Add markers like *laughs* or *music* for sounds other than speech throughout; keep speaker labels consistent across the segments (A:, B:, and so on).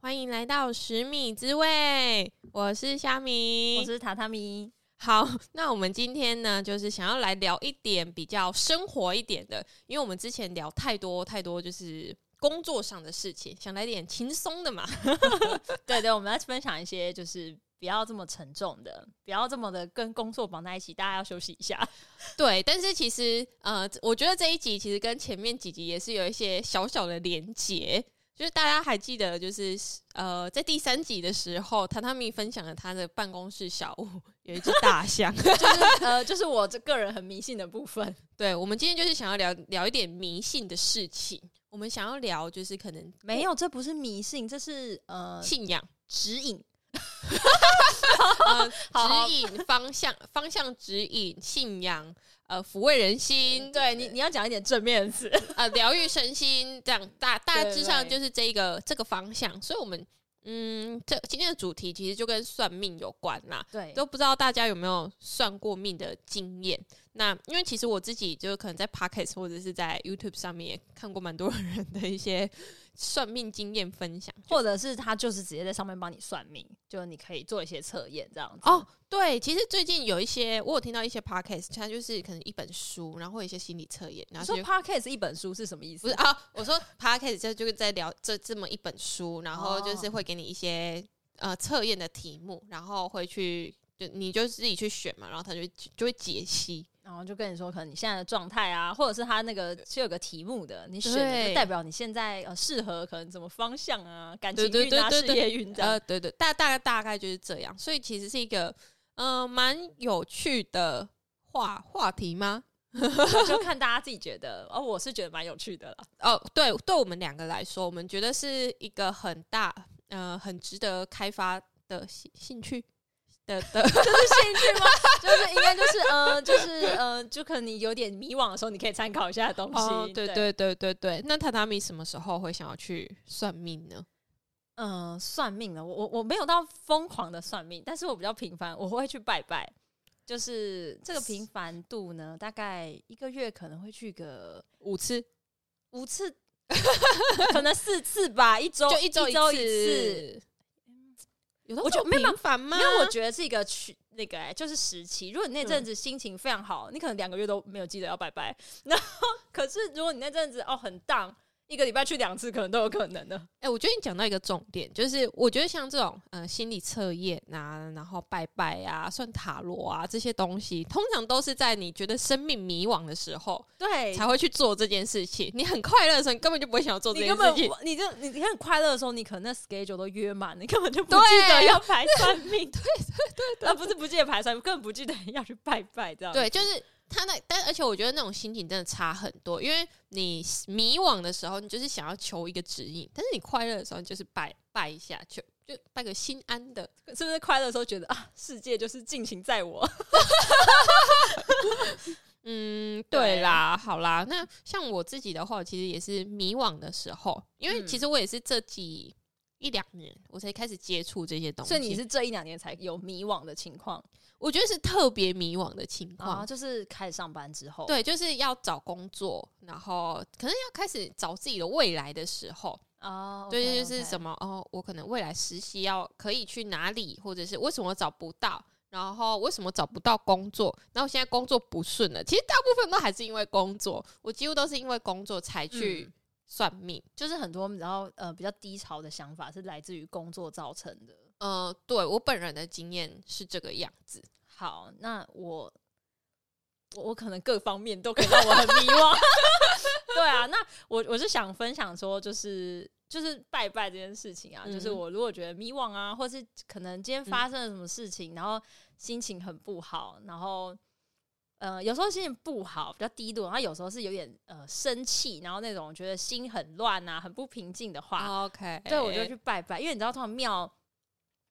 A: 欢迎来到十米之味，我是虾米，
B: 我是榻榻米。
A: 好，那我们今天呢，就是想要来聊一点比较生活一点的，因为我们之前聊太多太多就是工作上的事情，想来点轻松
B: *laughs*
A: 的嘛。
B: 对对，我们要分享一些就是不要这么沉重的，不要这么的跟工作绑在一起，大家要休息一下。
A: 对，但是其实呃，我觉得这一集其实跟前面几集也是有一些小小的连结。就是大家还记得，就是呃，在第三集的时候，榻榻米分享了他的办公室小屋有一只大象。
B: 就是呃，就是我这个人很迷信的部分。
A: 对，我们今天就是想要聊聊一点迷信的事情。我们想要聊就是可能
B: 没有，这不是迷信，这是呃
A: 信仰、
B: 指 *laughs* 引。
A: 呃
B: 好好
A: 指引方向、方向指引、信仰，呃，抚慰人心，
B: 对你，你要讲一点正面的词。
A: 呃，疗愈身心，这样大大
B: 对
A: 致上
B: 对
A: 就是这一个这个方向。所以，我们嗯，这今天的主题其实就跟算命有关啦。
B: 对
A: 都不知道大家有没有算过命的经验？那因为其实我自己就可能在 Pocket 或者是在 YouTube 上面也看过蛮多人的一些算命经验分享。
B: 或者是他就是直接在上面帮你算命，就你可以做一些测验这样子。
A: 哦，对，其实最近有一些我有听到一些 Podcast，它就是可能一本书，然后会有一些心理测验，然
B: 你
A: 后
B: 说
A: 就
B: podcast 一本书是什么意思？
A: 不是啊，我说 podcast 这就是在聊这这么一本书，然后
B: 哦
A: 就是会给你一些呃测验的题目，然后会去就你就自己去选嘛，然后他就就会解析。
B: 然后就跟你说，可能你现在的状态啊，或者是他那个是有个题目的，你选的
A: 对
B: 就代表你现在呃适合可能什么方向啊，感情
A: 对对
B: 运啊，
A: 对
B: 事
A: 对对
B: 业运这样。
A: 呃，对对，大大概大概就是这样，所以其实是一个呃蛮有趣的话话题吗？
B: 就看大家自己觉得。哦，我是觉得蛮有趣的啦。
A: 哦，对，对我们两个来说，我们觉得是一个很大呃很值得开发的兴兴趣的的
B: 这是兴趣吗？就是应该就是呃，就是呃，就可能你有点迷惘的时候，你可以参考一下的东西。
A: *laughs* 哦，对对对对对。那榻榻米什么时候会想要去算命呢？
B: 嗯、算命了，我我我没有到疯狂的算命，但是我比较频繁，我会去拜拜。就是这个频繁度呢，大概一个月可能会去个
A: 五次，
B: 五次， *laughs* 可能四次吧， *laughs* 一周
A: 就一周
B: 一周
A: 一
B: 次。
A: 次。有到
B: 我觉
A: 这
B: 得
A: 么
B: 没有
A: 频繁吗？
B: 因为我觉得是一个区那个、欸、就是时期。如果你那阵子心情非常好，你可能两个月都没有记得要拜拜。 *laughs* 然后，可是如果你那阵子哦很荡，一个礼拜去两次，可能都有可能的。
A: 哎、我觉得你讲到一个重点，就是我觉得像这种呃心理测验啊，然后拜拜啊、算塔罗啊这些东西，通常都是在你觉得生命迷惘的时候
B: 对
A: 才会去做这件事情。你很快乐的时候，你根本就不会想要做这
B: 你
A: 件
B: 根本
A: 事情。
B: 你就你你很快乐的时候，你可能那 schedule 都约满，你根本就不
A: 对
B: 记得要排算命。 *laughs* 对对对，啊不是不记得排算命，根本不记得要去拜拜这样。
A: 对，就是他那，但而且我觉得那种心情真的差很多，因为你迷惘的时候，你就是想要求一个指引，但是你快乐的时候，你就是拜拜一下，就就拜个心安的。
B: 是不是快乐的时候觉得啊，世界就是尽情在我？
A: 嗯，
B: 对
A: 对啦，好啦，那像我自己的话，其实也是迷惘的时候，因为
B: 嗯
A: 其实我也是这几一两年我才开始接触这些东西，
B: 所以你是这一两年才有迷惘的情况
A: 我觉得是特别迷惘的情况
B: 啊，。就是开始上班之后，
A: 嗯对，就是要找工作，然后可能要开始找自己的未来的时候，
B: 哦，
A: 对，就是什
B: 么？
A: 么哦，我可能未来实习要可以去哪里，或者是为什么找不到，然后为什么找不到工作，然后现在工作不顺了。其实大部分都还是因为工作，我几乎都是因为工作才去
B: 嗯
A: 算命。
B: 就是很多然后呃比较低潮的想法是来自于工作造成的。
A: 呃，对我本人的经验是这个样子。
B: 好，那我我我可能各方面都可以让我很迷惘。 *laughs* 对啊，那我我是想分享说，就是就是拜拜这件事情啊，
A: 嗯
B: 就是我如果觉得迷惘啊，或是可能今天发生了什么事情，然后心情很不好，然后。呃，有时候心情不好，比较低落，然后有时候是有点呃生气，然后那种觉得心很乱啊，很不平静的话，
A: OK，
B: 对，我就去拜拜，因为你知道，通常庙，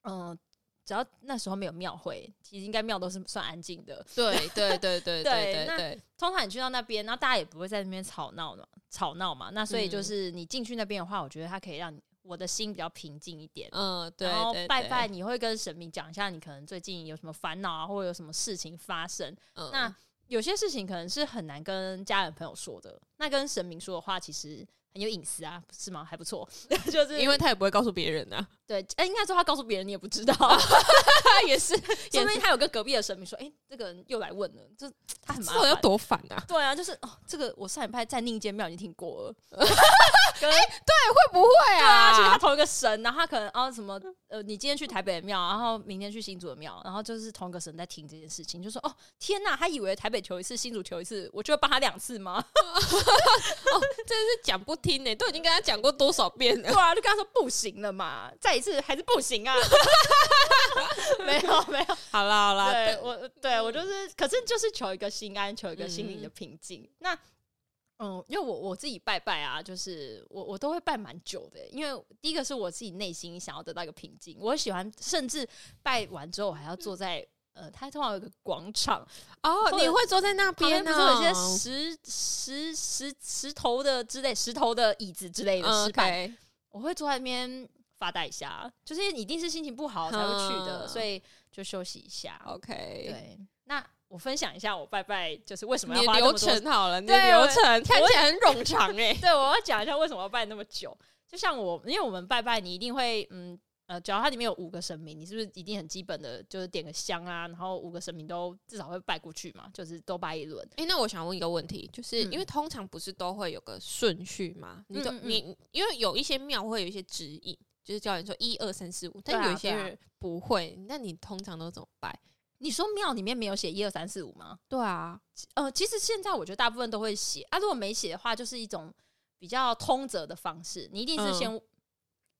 B: 嗯、只要那时候没有庙会，其实应该庙都是算安静的。
A: 对对对对对对
B: *laughs* 对
A: 对
B: 那
A: 对，
B: 通常你去到那边，那大家也不会在那边吵闹嘛，吵闹嘛。那所以
A: 嗯
B: 就是你进去那边的话，我觉得它可以让你我的心比较平静一点。
A: 嗯，对，
B: 然后
A: 对
B: 拜拜，，你会跟神明讲一下你可能最近有什么烦恼啊，或者有什么事情发生。
A: 对
B: 那有些事情可能是很难跟家人朋友说的，那跟神明说的话，其实很有隐私啊，是吗？还不错， *laughs* 就是
A: 因为他也不会告诉别人啊。
B: 对，哎、应该说他告诉别人你也不知道， *laughs*
A: 他也是，
B: 哦说不定他有跟隔壁的神明说，哎、这个人又来问了，就他很麻
A: 要
B: 烦。
A: 多烦啊！
B: 对啊，就是哦，这个我上礼拜在另一间庙已经听过 *laughs* 了，
A: 会不会
B: 哎对啊，就是他
A: 啊？
B: 同一个神，然后他可能哦什么呃，你今天去台北的庙，然后明天去新竹的庙，然后就是同一个神在听这件事情，就说哦天呐，他以为台北求一次，新竹求一次，我就会帮他两次 *laughs* 吗？
A: 真的是讲不听欸呢、都已经跟他讲过多少遍了
B: 对。啊，就跟他说不行了嘛，再一次还是不行啊。 *laughs* 没有没有，
A: *laughs* 好啦好啦，
B: 对
A: 啊但嗯
B: 我对我就是，可是就是求一个心安，求一个心灵的平静。那嗯，因为我我自己拜拜啊，就是我我都会拜蛮久的，因为第一个是我自己内心想要得到一个平静，我喜欢，甚至拜完之后我还要
A: 嗯
B: 坐在。呃，它通常有一个广场，
A: 哦
B: 或，者
A: 你会坐在那
B: 旁边
A: 边啊
B: 不
A: 呢、
B: 是有一些石石石石头的之类、石头的椅子之类的
A: 嗯
B: 石板，
A: ，OK
B: 我会坐在那边发呆一下，就是一定是心情不好才会去的，
A: 嗯
B: 所以就休息一下。
A: OK，
B: 对，那我分享一下我拜拜就是为什么
A: 你
B: 要
A: 的
B: 花
A: 流
B: 这么多
A: 程好了，你的
B: 对
A: 流
B: 我
A: 程看起来很冗长哎、 *laughs*
B: 对，我要讲一下为什么要拜那么久。就像我，因为我们拜拜，你一定会，嗯，呃，只要它里面有五个神明，你是不是一定很基本的，就是点个香啊，然后五个神明都至少会拜过去嘛，就是都拜一轮。
A: 哎、那我想问一个问题，就是、
B: 嗯
A: 因为通常不是都会有个顺序吗？你都
B: 嗯嗯嗯
A: 你因为有一些庙会有一些指引，就是教人说一二三四五，
B: 对
A: 但
B: 啊
A: 有一些
B: 对啊
A: 人不会，那你通常都怎么拜？
B: 你说庙里面没有写一二三四五吗？
A: 对啊，
B: 呃，其实现在我觉得大部分都会写啊，如果没写的话，就是一种比较通则的方式。你一定是先、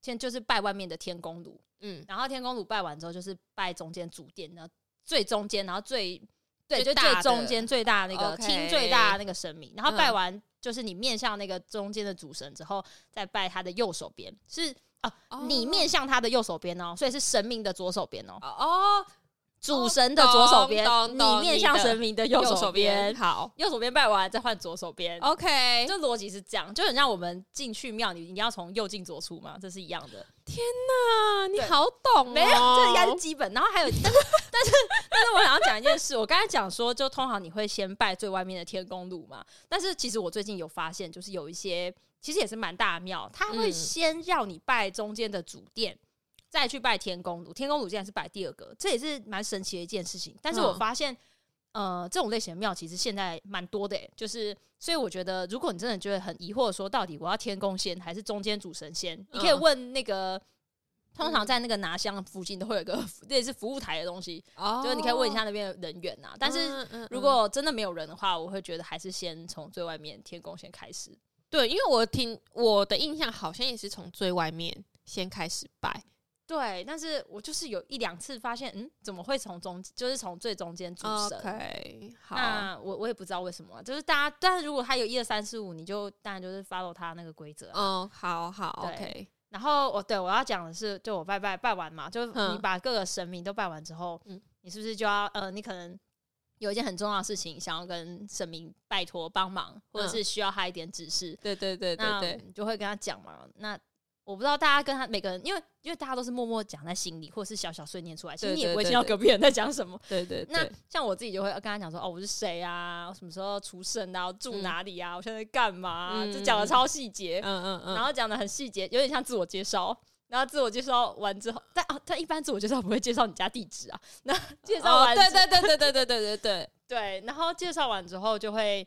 B: 先就是拜外面的天公炉，
A: 嗯，
B: 然后天公炉拜完之后，就是拜中间主殿，然后最中间，然后最对，
A: 最
B: 就
A: 大的
B: 最中间最大那个
A: OK
B: 厅最大那个神明，然后
A: 嗯
B: 拜完就是你面向那个中间的主神之后，再拜他的右手边，是哦，你面向他的右手边哦，所以是神明的左手边哦，
A: 哦哦，
B: 主神的左手边
A: 懂，懂
B: 你面向神明的右
A: 右
B: 手
A: 手
B: 边
A: 边，哦好
B: 右手边拜完再换左手边。
A: ，OK，
B: 就逻辑是这样，就很像我们进去庙，你一定要从右进左出嘛，这是一样的。
A: 啊，你
B: 对
A: 好懂、哦，
B: 没有，这应该是基本。然后还有，但是 *laughs* 但是但是我想要讲一件事，我刚才讲说，就通常你会先拜最外面的天公路嘛。但是其实我最近有发现，就是有一些其实也是蛮大的庙，它会
A: 嗯
B: 先让你拜中间的主殿。再去拜天公炉，天公炉竟然是拜第二个，这也是蛮神奇的一件事情。但是我
A: 嗯
B: 发现，呃，这种类型的庙其实现在蛮多的、欸，就是所以我觉得，如果你真的觉得很疑惑，说到底我要天公先还是中间主神先，你可以
A: 嗯
B: 问那个。通常在那个拿香附近都会有一个类似服务台的东西，
A: 哦，
B: 就是你可以问一下那边的人员呐、啊但是
A: 嗯嗯嗯
B: 如果真的没有人的话，我会觉得还是先从最外面天宫先开始。
A: 对，因为我听我的印象好像也是从最外面先开始拜，
B: 对，但是我就是有一两次发现，嗯，怎么会从中就是从最中间主神
A: OK，好，
B: 那我我也不知道为什么啊，就是大家，但是如果他有一二三四五，你就当然就是 follow 他那个规则啊、
A: 嗯，好好
B: 对
A: ，OK，
B: 然后我对我要讲的是，就我拜拜拜完嘛，就
A: 嗯
B: 你把各个神明都拜完之后，
A: 嗯
B: 你是不是就要呃，你可能有一件很重要的事情想要跟神明拜托帮忙，或者是需要他一点指示，
A: 对对嗯对对
B: 那
A: 对，
B: 你就会跟他讲嘛。那我不知道大家跟他每个人，因为因为大家都是默默讲在心里，或是小小碎念出来，其实
A: 对
B: 你也
A: 对
B: 不会
A: 对
B: 听到
A: 对
B: 隔壁人在讲什么。
A: 对对
B: 那
A: 对，
B: 像我自己就会跟他讲说，哦，我是谁啊，我什么时候出生啊，我住哪里啊，我现在在干嘛啊、
A: 嗯
B: 就讲的超细节，
A: 嗯嗯嗯，
B: 然后讲的很细节，有点像自我介绍。然后自我介绍完之后，但啊，但一般自我介绍不会介绍你家地址啊。那介绍
A: 哦
B: 完之、
A: 对对对 *laughs* 对对对对对对，
B: 对，然后介绍完之后就会，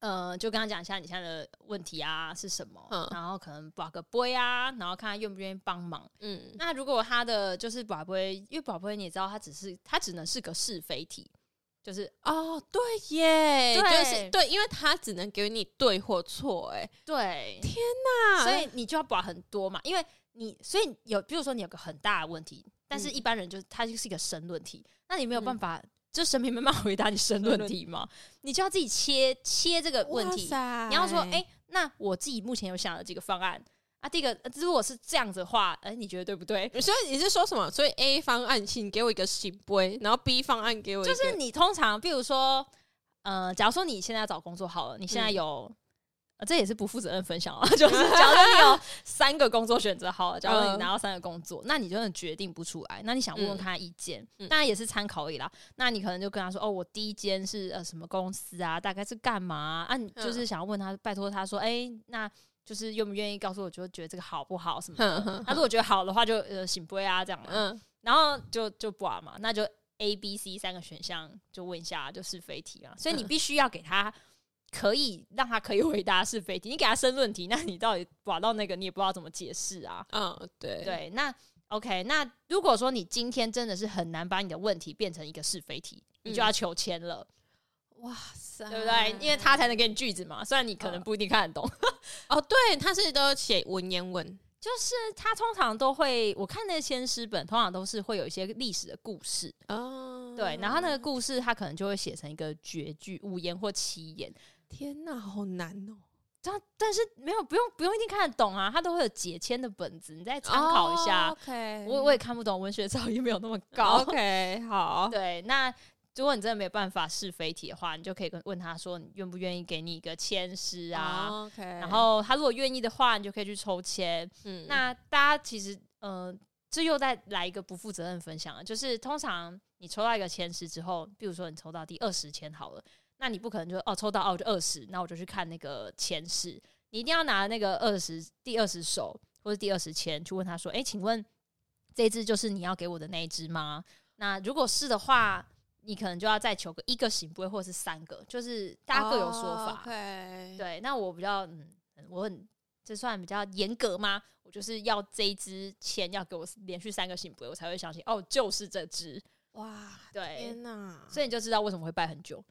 B: 呃，就跟他讲一下你现在的问题啊是什么，
A: 嗯
B: 然后可能把个杯啊，然后看他愿不愿意帮忙。
A: 嗯
B: 那如果他的就是宝贝，因为宝贝你也知道，他只是他只能是个是非题，就是
A: 哦，对耶，就
B: 对
A: 是对，因为他只能给你对或错，哎，
B: 对，
A: 那
B: 所以你就要把很多嘛，因为你所以有，比如说你有个很大的问题，但是
A: 嗯
B: 一般人就是它就是一个深论题，那你没有
A: 嗯
B: 办法，就神明没办法回答你深论
A: 论 *laughs*
B: 题嘛，你就要自己切切这个问题，
A: 哇塞
B: 你要说，哎、那我自己目前有想了几个方案啊，第一个呃如果是这样子的话，哎、你觉得对不对？
A: 所以你是说什么？所以 A 方案，请给我一个醒杯，然后 B 方案给我一
B: 就
A: 个
B: 是你通常，比如说，呃，假如说你现在要找工作好了，你现在
A: 嗯
B: 有，呃、这也是不负责任分享啊， *laughs*
A: *laughs*
B: 就是假如说你有三个工作选择好了，假如说你
A: 嗯
B: 拿到三个工作，那你真的决定不出来，那你想问问看他意见，
A: 嗯
B: 当然也是参考而已啦。那你可能就跟他说，哦，我第一间
A: 嗯
B: 是呃什么公司啊，大概是干嘛啊？啊你就是想要问他，拜托他说，哎、那就是愿不愿意告诉我，就觉得这个好不好什么的。
A: 哼哼
B: 那如果觉得好的话就，呃醒杯啊这样嘛。
A: 嗯，
B: 然后就就不玩嘛，那就 A、B、C 三个选项就问一下就是非题啊嘛，所以你
A: 嗯
B: 必须要给他可以让他可以回答是非题，你给他申论题，那你到底玩到那个你也不知道怎么解释啊。
A: 嗯，对，
B: 对，那 OK，那如果说你今天真的是很难把你的问题变成一个是非题，你就
A: 嗯
B: 要求签了，
A: 哇塞，
B: 对不对？因为他才能给你句子嘛，虽然你可能不一定看得懂。
A: 哦，对，他是都写文言文，
B: 就是他通常都会，我看那些先诗本，通常都是会有一些历史的故事，
A: 哦，
B: 对，然后那个故事它可能就会写成一个绝句、五言或七言，
A: 天哪，好难哦，
B: 但但是没有不用不用一定看得懂啊，它都会有解签的本子，你再参考一下。
A: 哦，OK，哦
B: 我我也看不懂，文学造诣没有那么高。
A: OK，好，
B: *laughs* 对，那如果你真的没有办法是非题的话，你就可以跟问他说，你愿不愿意给你一个签诗啊？
A: o k
B: 然后他如果愿意的话，你就可以去抽签。
A: 嗯
B: 那大家其实，嗯、这又再来一个不负责任分享了，啊就是通常你抽到一个签师之后，比如说你抽到第二十签好了，那你不可能就哦抽到哦就二十，那我就去看那个签师，你一定要拿那个二十第二十手或者第二十签去问他说，诶，请问这一只就是你要给我的那一只吗？那如果是的话。你可能就要再求个一个行不会，或是三个，就是大家各有说
A: o
B: 法。
A: k
B: 对，那我比较嗯，我很这算比较严格吗？我就是要这一支签要给我连续三个信杯，我才会相信哦，就是这支。
A: 哇，
B: 对，
A: 天哪，
B: 所以你就知道为什么会拜很久，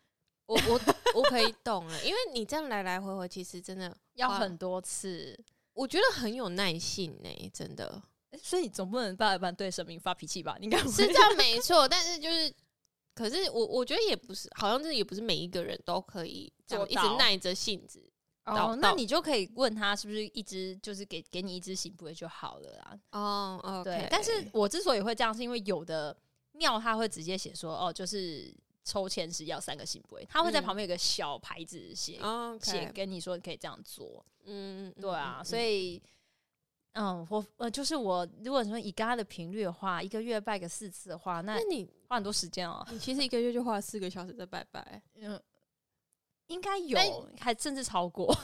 A: 我我我可以懂了，因为你这样来来回回，其实真的，
B: 要
A: 哇
B: 很多次。
A: 我觉得很有耐性呢、真的
B: 诶所以你总不能拜一拜对神明发脾气吧？你应该不
A: 是
B: 会
A: 这样没错，但是就是。可是我我觉得也不是，好像这也不是每一个人都可以这样
B: 做
A: 一
B: 到
A: 直耐着性子。
B: 哦
A: 到，
B: 那
A: 到
B: 你就可以问他是不是一支就是给给你一支行杯就好了啦。
A: 哦哦，
B: 对，但是我之所以会这样，是因为有的庙他会直接写说哦，就是抽签时要三个行杯，他会在
A: 嗯
B: 旁边有个小牌子写
A: 哦，
B: 写跟你说你可以这样做，
A: 嗯，嗯
B: 对啊，所
A: 以
B: 以。嗯，我呃，就是我，如果说以刚刚的频率的话，一个月拜个四次的话，那
A: 那你
B: 花很多时间哦。
A: 你其实一个月就花了四个小时在拜 *laughs* 拜，
B: 嗯， *laughs* 应该有，还甚至超过。 *laughs*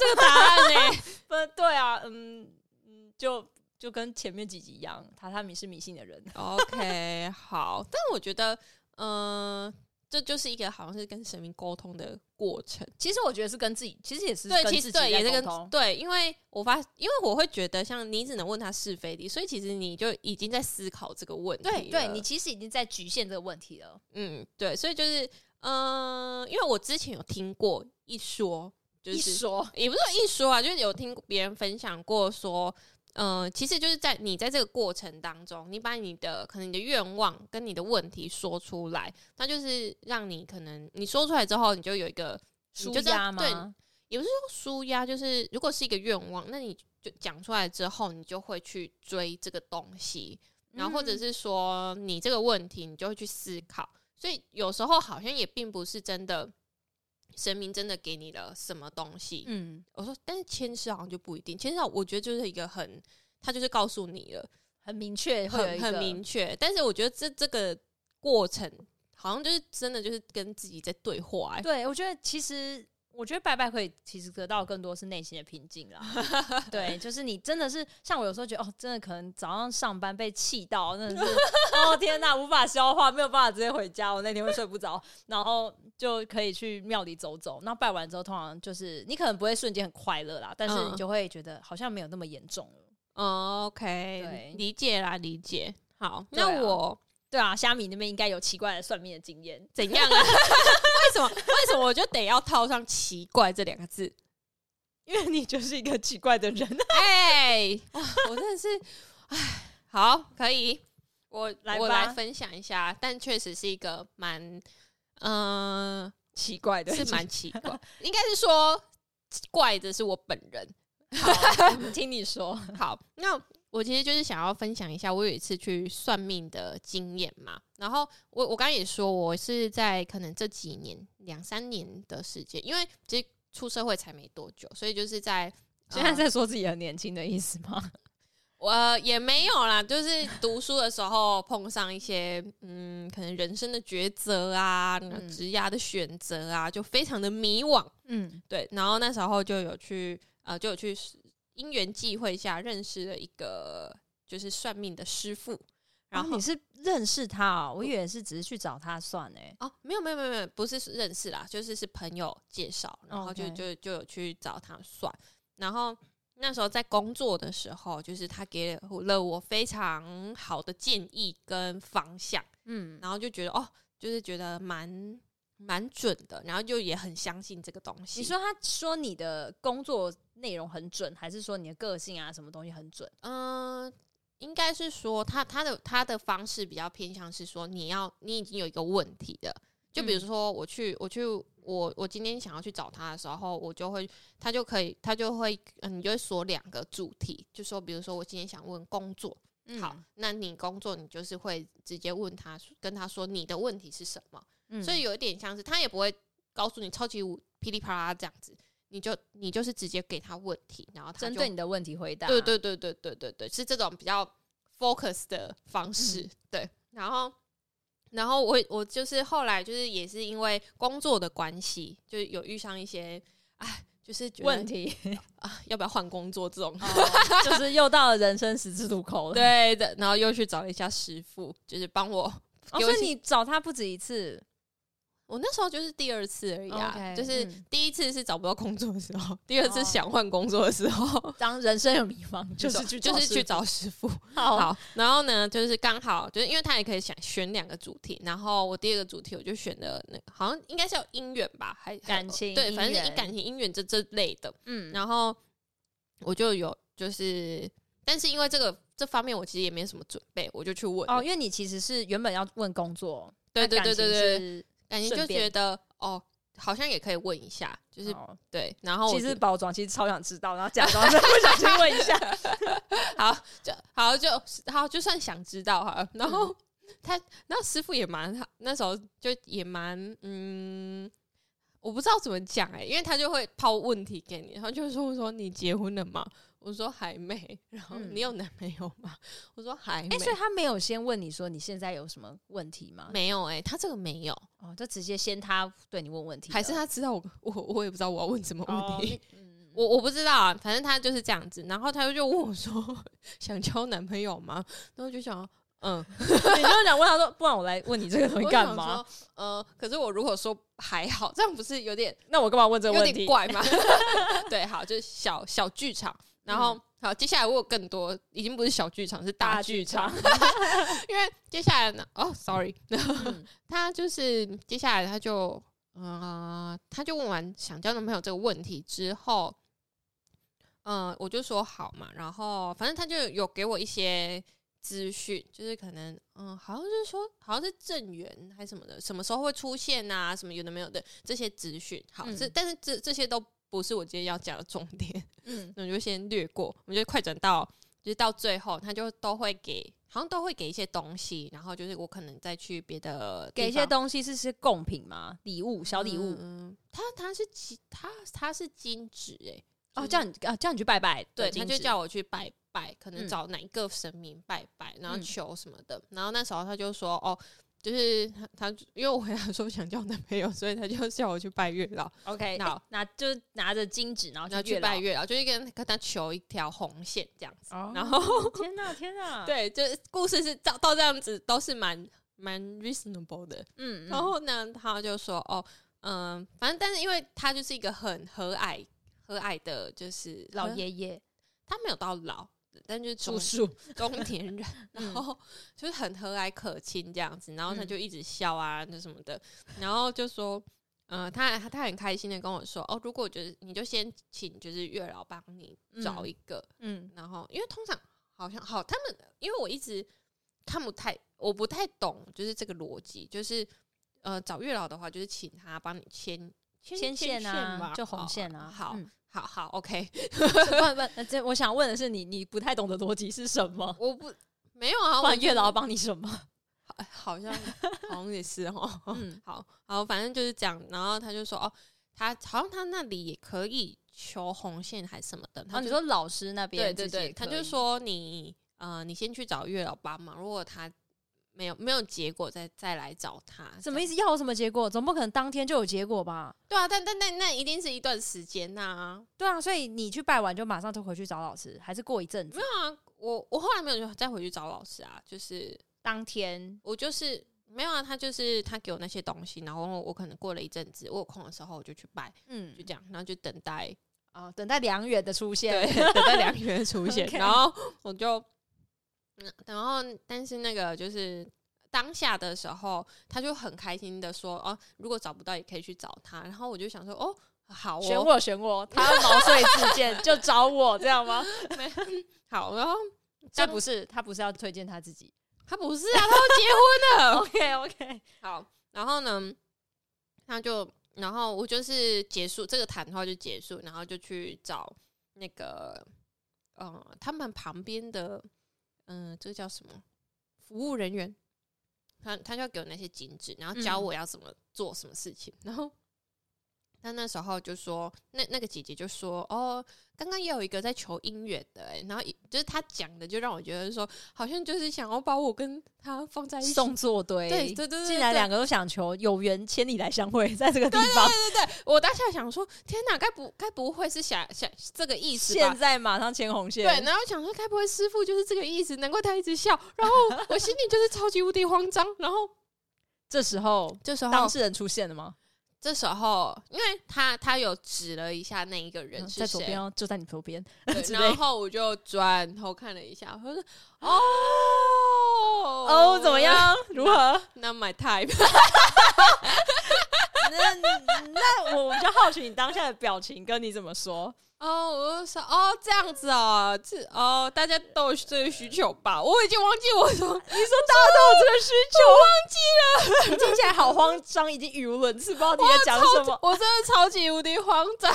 A: 这个答案呢、
B: *laughs* 不，对啊，嗯嗯，就就跟前面几集一样，榻榻米是迷信的人。
A: OK，好，但我觉得，嗯、这就是一个好像是跟神明沟通的过程。
B: 其实我觉得是跟自己，其实也是
A: 对，
B: 跟
A: 其
B: 自
A: 实
B: 己
A: 对，也是
B: 在
A: 跟
B: 沟通。
A: 对，因为我发，因为我会觉得，像你只能问他是非题，所以其实你就已经在思考这个问题了。
B: 对对，你其实已经在局限这个问题了。
A: 嗯，对，所以就是，嗯、因为我之前有听过一说，就
B: 一
A: 是
B: 说，
A: 也不是说一说啊，就是有听别人分享过说，嗯、其实就是在你在这个过程当中，你把你的可能你的愿望跟你的问题说出来，那就是让你可能你说出来之后，你就有一个
B: 舒
A: 你就知道
B: 压
A: 对
B: 吗？
A: 也不是说舒压，就是如果是一个愿望，那你就讲出来之后，你就会去追这个东西，然后或者
B: 嗯
A: 是说你这个问题，你就会去思考。所以有时候好像也并不是真的神明真的给你了什么东西，
B: 嗯，
A: 我说，但是签诗好像就不一定，签诗我觉得就是一个很，他就是告诉你了，
B: 很明确，会有
A: 很
B: 一
A: 很
B: 个
A: 明确。但是我觉得这这个过程好像就是真的就是跟自己在对话、欸，
B: 对，我觉得其实，我觉得拜拜可以其实得到更多是内心的平静
A: *laughs*
B: 啦。对，就是你真的是像我有时候觉得，哦，真的可能早上上班被气到，
A: *laughs*
B: 真的是，哦天哪，无法消化，没有办法直接回家，我那天会睡不着，然后就可以去庙里走走。那拜完之后，通常就是你可能不会瞬间很快乐啦，但是你
A: 嗯
B: 就会觉得好像没有那么严重了。
A: 嗯
B: 对
A: ，OK，理解啦，理解。好，
B: 对啊
A: 那我
B: 对啊，虾米那边应该有奇怪的算命的经验， *laughs*
A: 怎样啊？ *laughs* 为什么？为什么我就得要套上“奇怪”这两个字？
B: 因为你就是一个奇怪的人。
A: 哎、 *laughs* 哇，我真的是，哎，好，可以，我
B: 来
A: 我
B: 吧
A: 来分享一下，但确实是一个蛮，嗯、
B: 奇怪的
A: 是蛮 *laughs* 奇怪，应该是说怪的是我本人。
B: 好，我们听你说，
A: 好，那我其实就是想要分享一下我有一次去算命的经验嘛。然后我我刚刚也说，我是在可能这几年两三年的时间，因为其实 *laughs* 出社会才没多久，所以就是在、呃
B: 现在在说自己很年轻的意思吗？
A: 我、呃也没有啦，就是读书的时候碰上一些嗯，可能人生的抉择啊，那
B: 嗯
A: 职涯的选择啊，就非常的迷惘。
B: 嗯
A: 对，然后那时候就有去呃，就有去因缘际会下认识了一个就是算命的师傅，然
B: 然
A: 后
B: 啊后、你是认识他哦，我以为是只是去找他算哎、
A: 哦，没有没有没有没有，不是认识啦，就是是朋友介绍，然后就
B: 哦 OK
A: 就就有去找他算，然后那时候在工作的时候，就是他给了我非常好的建议跟方向，
B: 嗯
A: 然后就觉得哦，就是觉得蛮蛮准的，然后就也很相信这个东西。
B: 你说他说你的工作内容很准，还是说你的个性啊什么东西很准？
A: 嗯，应该是说他他的他的方式比较偏向是说你要你已经有一个问题的，就比如
B: 嗯
A: 说我去我去我我今天想要去找他的时候，我就会他就可以他就会嗯，你就会锁两个主题，就说比如说我今天想问工作，好，
B: 嗯
A: 那你工作你就是会直接问他跟他说你的问题是什么，
B: 嗯
A: 所以有一点像是他也不会告诉你超级无噼里啪啦这样子。你就你就是直接给他问题，然后他
B: 针
A: 就
B: 对你的问题回答，
A: 对对对对对对对，是这种比较 focus 的方式。
B: 嗯
A: 对，然后然后我我就是后来就是也是因为工作的关系，就是有遇上一些哎，就是觉得
B: 问题，
A: 啊， *laughs* 要不要换工作这
B: *laughs*
A: 种。
B: 就是又到了人生十字路口了。
A: 对的，然后又去找了一下师傅，就是帮我。
B: 哦，
A: 尤
B: 所以
A: 其
B: 你找他不止一次，
A: 我那时候就是第二次而已啊
B: OK，
A: 就是
B: 嗯
A: 第一次是找不到工作的时候，第二次
B: 哦
A: 想换工作的时候，
B: 当人生有迷茫，
A: 就是就是去找师傅。
B: 好，
A: 好，然后呢，就是刚好就是因为他也可以想选两个主题，然后我第二个主题我就选了那个好像应该是有姻缘吧，还还
B: 感情
A: 对，反正
B: 姻
A: 是
B: 缘
A: 以感情姻缘这这类的。
B: 嗯，
A: 然后我就有就是，但是因为这个这方面我其实也没什么准备，我就去问了。
B: 哦，因为你其实是原本要问工作，
A: 对
B: 那
A: 对对
B: 感情
A: 对对，
B: 是
A: 感情就
B: 顺便
A: 觉得哦，好像也可以问一下，就是
B: 哦
A: 对。然后我
B: 其
A: 就
B: 实包装其实超想知道，然后假装 *laughs* 不小心问一下，
A: 好，就好，就好，就算想知道哈。然
B: 嗯
A: 后他，那师傅也蛮好，那时候就也蛮嗯，我不知道怎么讲哎、因为他就会抛问题给你，然后就说说你结婚了吗？我说还没。然后
B: 嗯
A: 你有男朋友吗？我说还没。
B: 哎，所以他没有先问你说你现在有什么问题吗？
A: 没有哎、他这个没有，
B: 哦，就直接先他对你问问题了，
A: 还是他知道我我我也不知道我要问什么
B: 哦
A: 问题，
B: 那嗯
A: *laughs* 我我不知道啊，反正他就是这样子。然后他就问我说 *laughs* 想交男朋友吗？然后我就想嗯，
B: 你就想问他说，不然我来问你这个东西
A: 我
B: 干
A: 想
B: 嘛？
A: 说？呃，可是我如果说还好，这样不是有点
B: 那我干嘛问这个
A: 有
B: 问
A: 点
B: 题？
A: 怪
B: *laughs*
A: 吗？对，好，就是小小剧场。
B: 嗯
A: 然后、好，接下来我有更多，已经不是小剧场，是大
B: 大
A: 剧
B: 剧
A: 场
B: 场。
A: 因为接下来呢，哦，sorry， *laughs*
B: 嗯
A: 他就是接下来他就呃，他就问完想交男朋友这个问题之后，嗯、我就说好嘛，然后反正他就有给我一些资讯，就是可能嗯、好像是说好像是正缘还是什么的，什么时候会出现啊，什么有的没有的这些资讯。好，
B: 嗯
A: 这、但是这这些都不是我今天要讲的重点，
B: 嗯，
A: 那我就先略过，我们就快转到就是到最后，他就都会给。好像都会给一些东西，然后就是我可能再去别的地
B: 给一些
A: 方
B: 东西是是贡品吗？礼物、小礼物。
A: 嗯，嗯他他是金，他他是金纸哎、
B: 哦，叫你啊，叫你去拜拜，
A: 对，
B: 金
A: 他就
B: 纸
A: 叫我去拜拜，可能
B: 嗯
A: 找哪一个神明拜拜，然后
B: 嗯
A: 求什么的。然后那时候他就说，哦，就是他他因为我回答说想交男朋友，所以他就叫我去拜月老，
B: OK，
A: 好
B: 好，那就拿着金纸，然后
A: 然后
B: 哦去
A: 去
B: 月老
A: 拜，月老，就是跟跟他求一条红线这样子。
B: 哦
A: 然后
B: 天哪，天哪，，
A: 对，就是故事是到到这样子都是蛮蛮 reasonable 的。
B: 嗯，
A: 然后呢，他就说哦，嗯，反正但是因为他就是一个很和蔼和蔼的，就是
B: 老
A: 爷。
B: 爷爷
A: 他没有到老，但就是中
B: 叔，
A: 中年人，然
B: *laughs* 嗯
A: 后就是很和蔼可亲这样子，然后他
B: 嗯
A: 就一直笑啊，那什么的，然后就说，呃，他他很开心的跟我说，哦，如果就是你就先请就是月老帮你找
B: 嗯
A: 一个，
B: 嗯
A: 然后因为通常好像好他们，因为我一直看不太，我不太懂就是这个逻辑，就是呃找月老的话，就是请他帮你牵。
B: 牵线
A: 嘛
B: 啊，就红
A: 哦
B: 线啊，
A: 好，
B: 嗯
A: 好好，OK， *laughs*
B: 不不，这我想问的是你，你不太懂的逻辑是什么？
A: 我不没有啊，
B: 不
A: 我
B: 然月
A: 就是
B: 老帮你什么？
A: 哎好像好像也是哦。
B: 嗯 *laughs*
A: 好好，反正就是这样。然后他就说哦，他好像他那里也可以求红线还是什么的。
B: 然后
A: 他
B: 哦你
A: 就
B: 说老师那边
A: 对
B: 自
A: 对
B: 己也可
A: 对，
B: 以，
A: 他就说你呃，你先去找月老帮忙，如果他没有没有结果再，再来找他。
B: 什么意思？要有什么结果？总不可能当天就有结果吧？
A: 对啊，但但那那一定是一段时间呐、
B: 对啊，所以你去拜完就马上就回去找老师，还是过一阵子
A: 没？有啊，我我后来没有再回去找老师啊，就是
B: 当天
A: 我就是没有啊，他就是他给我那些东西，然后我可能过了一阵子，我有空的时候我就去拜，
B: 嗯
A: 就这样，然后就等待
B: 啊、等待良缘的出现。
A: 对，
B: *laughs*
A: 等待梁元出现，
B: OK
A: 然后我就，嗯然后但是那个就是当下的时候，他就很开心的说，哦，如果找不到也可以去找他，然后我就想说，哦，好
B: 选
A: 哦，
B: 我选我，他要毛遂自荐就找我，这样吗？
A: 好，然后
B: 这
A: 当
B: 不是他不是要推荐他自己
A: 他不是啊，他都结婚了，
B: ？OK OK，
A: 好，然后呢，他就，然后我就是结束这个谈话就结束，然后就去找那个，呃，他们旁边的，嗯、这个叫什么服务人员，他他就给我那些金纸，然后教
B: 嗯
A: 我要怎么做什么事情，然后。他那时候就说，那那个姐姐就说，哦，刚刚也有一个在求姻缘的、欸，然后一就是他讲的，就让我觉得说，好像就是想要把我跟他放在一起，
B: 送作堆，
A: 对对对对，
B: 竟然
A: 对
B: 两个都想求有缘千里来相会，在这个地方，
A: 我当下想说，天哪，该不该不会是想想这个意思吧
B: 现？在马上牵红线。
A: 对，然后想说，该不会师傅就是这个意思？难怪他一直笑。然后我心里就是超级无敌慌张。然后
B: 这时候
A: 这时候
B: 当，事人出现了吗？
A: 这时候，因为他他有指了一下那一个人
B: 嗯
A: 是
B: 在左
A: 谁，
B: 边哦，就在你左边。
A: 对
B: *laughs* 之类
A: 然后我就转头看了一下，
B: *laughs*
A: 我说哦
B: 哦，怎么？样？如何？
A: 那 my type，
B: 那那我就好奇你当下的表情跟你怎么 *laughs* 说？
A: 哦，我就说哦这样子哦，这哦大家都有这个需求吧，我已经忘记我 *laughs* 说
B: 你说大家都有这个需求，忘记了，你听起来好慌张，已经语无伦次，不知道你在讲什么。
A: *laughs* 我真的超级无敌慌张，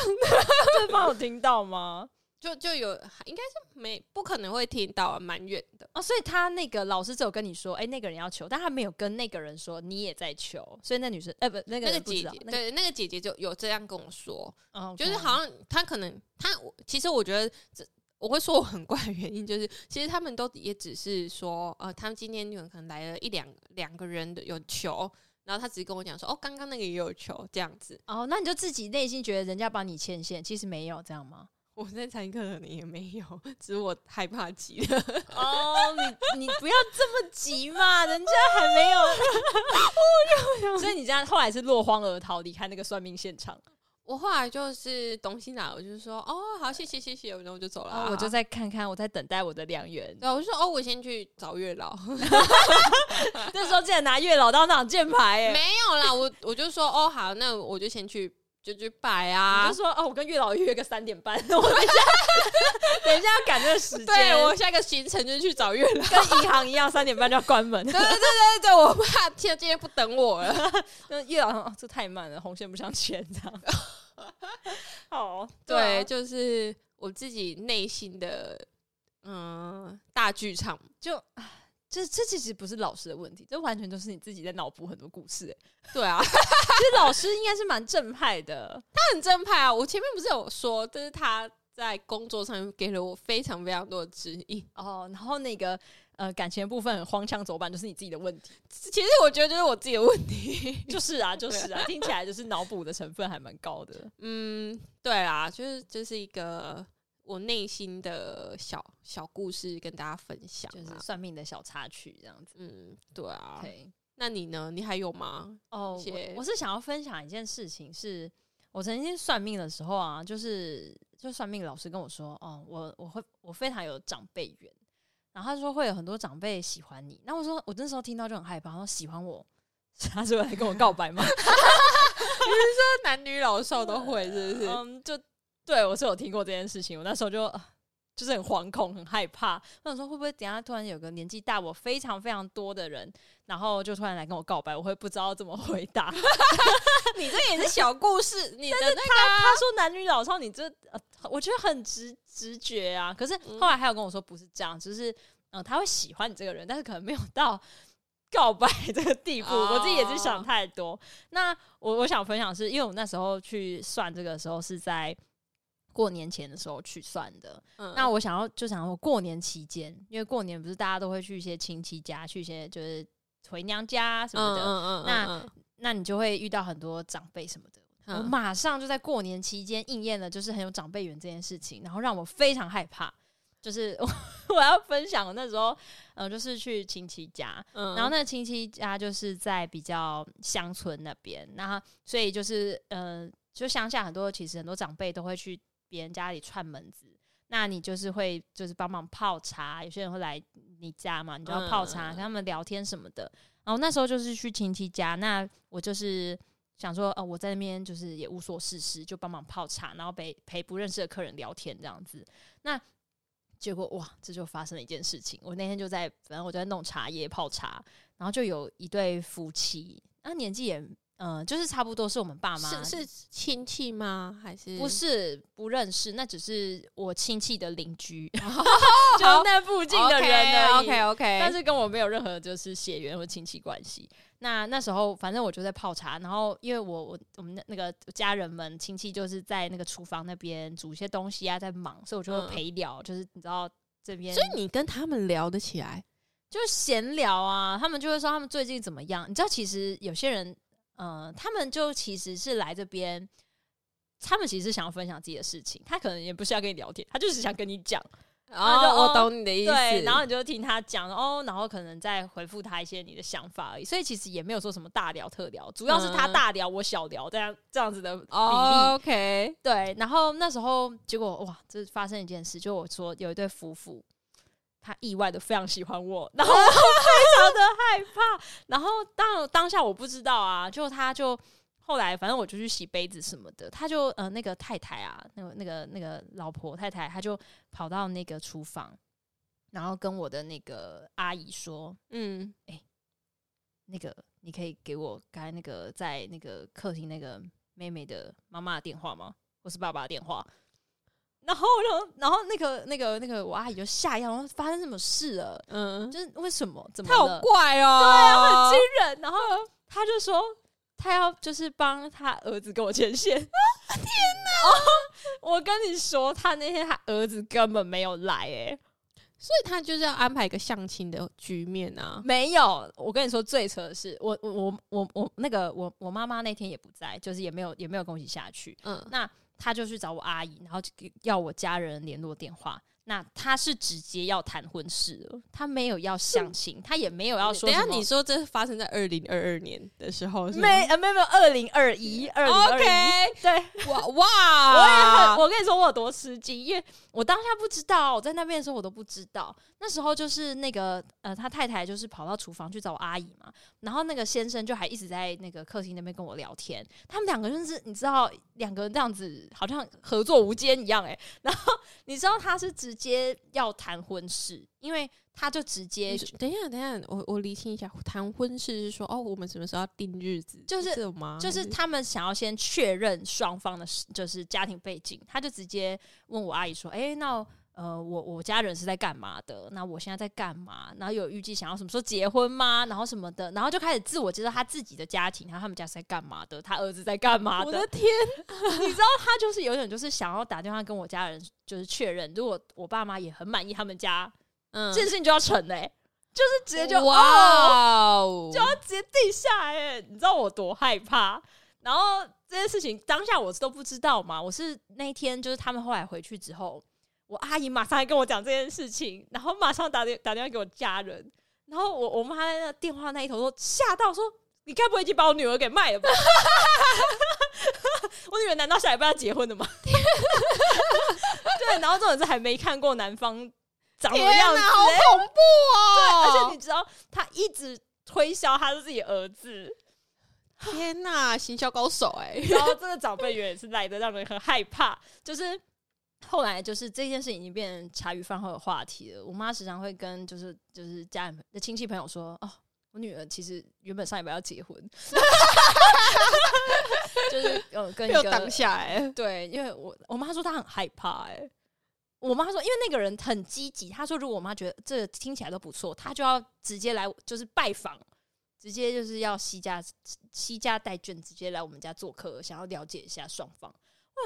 B: 对方有听到吗？
A: 就就有应该是没不可能会听到啊，蛮远的。
B: 哦，所以他那个老师只有跟你说，哎、那个人要求，但他没有跟那个人说你也在求，所以那女生，哎、不，那个
A: 那个
B: 人不
A: 姐
B: 知道
A: 姐，，对那个姐姐就有这样跟我说，
B: 嗯，
A: 就是好像她可能她我其实我觉得这。我会说我很怪的原因就是，其实他们都也只是说，呃，他们今天有可能来了一两两个人的有球，然后他只是跟我讲说，哦，刚刚那个也有球这样子。 *laughs*
B: 哦，那你就自己内心觉得人家帮你牵线，其实没有这样吗？
A: 我在猜可能也没有，只是我害怕极了。
B: *laughs*
A: *laughs*
B: 哦，你你不要这么急嘛，人家还没有， *laughs* 所以你这样后来是落荒而逃，离开那个算命现场。
A: 我后来就是东西拿，我就说，哦，好，谢谢谢谢，然后我就走了、
B: 啊，我就再看看，我在等待我的良缘。
A: 对啊，我就说哦，我先去找月
B: *laughs*
A: 老。
B: 那时候竟然拿月老当挡箭牌、哎，
A: 没有啦，我我就说哦好，那我就先去就去摆
B: 我
A: 啊
B: 就。说哦，我跟月老约个三点半，我等一 *laughs* 下，等一下要赶这个时间，
A: 对我下个行程就去找月老。
B: 跟银行一样，三点半就要关门。
A: 对对对对对，我怕天今天不等我 *laughs* 了。
B: *laughs* 那月老说、哦、这太慢了，红线不想牵这 *laughs* 样。哦，
A: 对，
B: 啊
A: 就是我自己内心的嗯大剧场。
B: 就唉这这其实不是老师的问题，这完全都是你自己在脑补很多故事、哎，
A: 对啊，
B: 其实老师应该是蛮正派的，
A: *laughs* 他很正派啊。我前面不是有说，这是他在工作上面给了我非常非常多的指引。
B: 哦，然后那个呃感情的部分很荒腔走板，就是你自己的问题。
A: 其实我觉得就是我自己的问 *laughs* 题。
B: 就是啊， *laughs* 就是啊，听起来就是脑补的成分还蛮高的。
A: 嗯，对啦，就是就是一个我内心的小小故事跟大家分享
B: 就
A: 啊
B: 是。算命的小插曲这样子。
A: 嗯，对啊。
B: 对，
A: 那你呢？你还有吗？
B: 哦，
A: 谢
B: 我我是想要分享一件事情是，我曾经算命的时候啊，就是就算命老师跟我说，哦，我我会我非常有长辈缘，然后他说会有很多长辈喜欢你，那我说我那时候听到就很害怕，他说喜欢我， *laughs* 他是会来跟我告白 *laughs* 吗？
A: 这男女老少都会，是不是？
B: 嗯，就对我是有听过这件事情，我那时候就呃就是很惶恐、很害怕。我想说，会不会等一下突然有个年纪大我非常非常多的人，然后就突然来跟我告白，我会不知道怎么回答。
A: *laughs* 你这也是小故事，你的那
B: 他说男女老少，你这、呃、我觉得很直直觉啊。可是后来还有跟我说不是这样，就是嗯、呃他会喜欢你这个人，但是可能没有到告白这个地步，我自己也是
A: 哦
B: 想太多。那我我想分享的是，因为我那时候去算这个的时候是在过年前的时候去算的，
A: 嗯
B: 那我想要就想说过年期间，因为过年不是大家都会去一些亲戚家，去一些就是回娘家什么的，
A: 嗯
B: 那那你就会遇到很多长辈什么的。
A: 嗯
B: 我马上就在过年期间应验了，就是很有长辈缘这件事情，然后让我非常害怕。就是我 *laughs* 我要分享，我那时候呃，就是去亲戚家，
A: 嗯
B: 然后那个亲戚家就是在比较乡村那边，那所以就是呃，就乡下很多其实很多长辈都会去别人家里串门子，那你就是会就是帮忙泡茶，有些人会来你家嘛，你就要泡茶、
A: 嗯
B: 跟他们聊天什么的。然后那时候就是去亲戚家，那我就是想说，呃，我在那边就是也无所事事，就帮忙泡茶，然后陪陪不认识的客人聊天这样子。那结果哇，这就发生了一件事情。我那天就在，反正我就在弄茶叶泡茶，然后就有一对夫妻，那年纪也，嗯、就是差不多是我们爸妈，
A: 是是亲戚吗？还是
B: 不？是不认识，那只是我亲戚的
A: *laughs*
B: 邻居，就是那附近的人而已。
A: OK OK，
B: 但是跟我没有任何就是血缘或亲戚关系。那那时候反正我就在泡茶，然后因为我我我们那那个家人们亲戚就是在那个厨房那边煮一些东西啊，在忙，所以我就
A: 嗯
B: 会陪聊，就是你知道这边
A: 所以你跟他们聊得起来，
B: 就是闲聊啊，他们就会说他们最近怎么样。你知道，其实有些人，呃，他们就其实是来这边，他们其实是想要分享自己的事情，他可能也不是要跟你聊天，他就是想跟你讲，那就
A: 哦，我
B: 哦
A: 懂你的意思。
B: 对，然后你就听他讲哦，然后可能再回复他一些你的想法而已。所以其实也没有说什么大聊特聊，主要是他
A: 嗯
B: 大聊，我小聊，这样这样子的比例。
A: 哦 OK，
B: 对，然后那时候结果哇，这发生一件事，就我说有一对夫妇，他意外的非常喜欢我，然后我 *laughs* 非常的害怕，然后当当下我不知道啊，就他就后来反正我就去洗杯子什么的，他就呃那个太太啊，那个那个那个老婆太太，他就跑到那个厨房，然后跟我的那个阿姨说，
A: 嗯，
B: 那个你可以给我刚才那个在那个客厅那个妹妹的妈妈的电话吗？或是爸爸的电话？然后呢，然后那个那个那个我阿姨就吓一跳，然后发生什么事了？
A: 嗯，
B: 就是为什么？怎么
A: 他好
B: 了嗯
A: 怪哦，对啊，
B: 惊人！然后他就说他要就是帮他儿子跟我牵线。啊天哪！ *laughs* 我跟你说，他那天他儿子根本没有来、欸，
A: 所以他就是要安排一个相亲的局面啊。
B: 没有，我跟你说最扯的是，我我我我我那个我我妈妈那天也不在，就是也没有也没有跟我一起下去，
A: 嗯，
B: 那她就去找我阿姨，然后就给要我家人联络电话。那她是直接要谈婚事了，她没有要相亲，她也没有要说
A: 等一
B: 什
A: 下
B: 么。
A: 你说这发生在二零二二年的时候是吗
B: 没呃没有没有二零二一二零二一
A: OK，
B: 对，
A: 哇哦
B: 我也很，
A: 哇，
B: 我跟你说我有多吃惊，因为我当下不知道，我在那边的时候我都不知道。那时候就是那个呃，他太太就是跑到厨房去找我阿姨嘛，然后那个先生就还一直在那个客厅那边跟我聊天，他们两个就是你知道两个人这样子好像合作无间一样哎、然后你知道他是直接要谈婚事，因为他就直接
A: 你说等一下，等一下，我我厘清一下，谈婚事是说哦，我们什么时候要定日子？
B: 就是
A: 这种吗？
B: 就是他们想要先确认双方的是，就是家庭背景，他就直接问我阿姨说：“哎、那呃，我我家人是在干嘛的？那我现在在干嘛？然后有预计想要什么时候结婚吗？然后什么的，然后就开始自我介绍他自己的家庭，然后他们家是在干嘛的，他儿子在干嘛
A: 我的
B: 的。
A: 天，
B: 他就是有点就是想要打电话跟我家人就是确认，如果我爸妈也很满意他们家，
A: 嗯
B: 这件事情就要成嘞、就是直接就哦
A: 哇哦，
B: 就要直接定下来耶，你知道我多害怕。然后这件事情当下我都不知道嘛，我是那一天就是他们后来回去之后，我阿姨马上来跟我讲这件事情，然后马上打电 *laughs* 打电话给我家人，然后我我妈在那电话那一头说吓到说。你该不会已经把我女儿给卖了吧？ *laughs* 我女儿难道下礼拜要结婚的吗？ *laughs* 对，然后这种是还没看过男方长什么
A: 天
B: 样
A: 哪，
B: 子、
A: 好
B: 欸，
A: 恐怖哦！
B: 而且你知道，他一直推销他是自己儿子，
A: 天呐，行销高手哎、
B: 然后这个长辈缘也是来的让人很害怕。就是后来就是这件事已经变成茶余饭后的话题了。我妈时常会跟就是就是家人的亲戚朋友说：“哦，我女儿其实原本上礼拜要结婚， *laughs* 就是呃跟一
A: 又
B: 个
A: 挡下欸来、
B: 对，因为我我妈说她很害怕、欸，我妈说，因为那个人很积极，她说如果我妈觉得这听起来都不错，她就要直接来就是拜访，直接就是要惜家惜家带眷，直接来我们家做客，想要了解一下双方。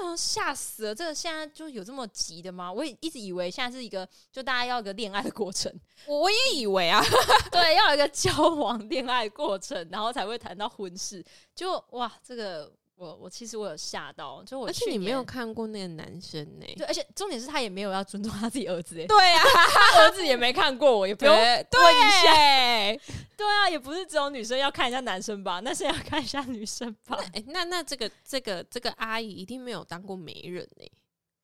B: 我想吓死了，这个现在就有这么急的吗？我也一直以为现在是一个就大家要一个恋爱的过程， *laughs*
A: 我我也以为啊，
B: 对，要有一个交往恋爱过程，然后才会谈到婚事。就哇，这个我我其实我有吓到，就我
A: 而且
B: 去
A: 你没有
B: 年
A: 看过那个男生呢、
B: 对，而且重点是他也没有要尊重他自己儿子，哎，
A: 对啊，
B: 他儿子也没看过我，也不用
A: 对
B: 问一下
A: *laughs* 哎、
B: 对啊，也不是只有女生要看一下男生吧，那是要看一下女生吧。
A: 诶那那这个这个这个阿姨一定没有当过媒人呢、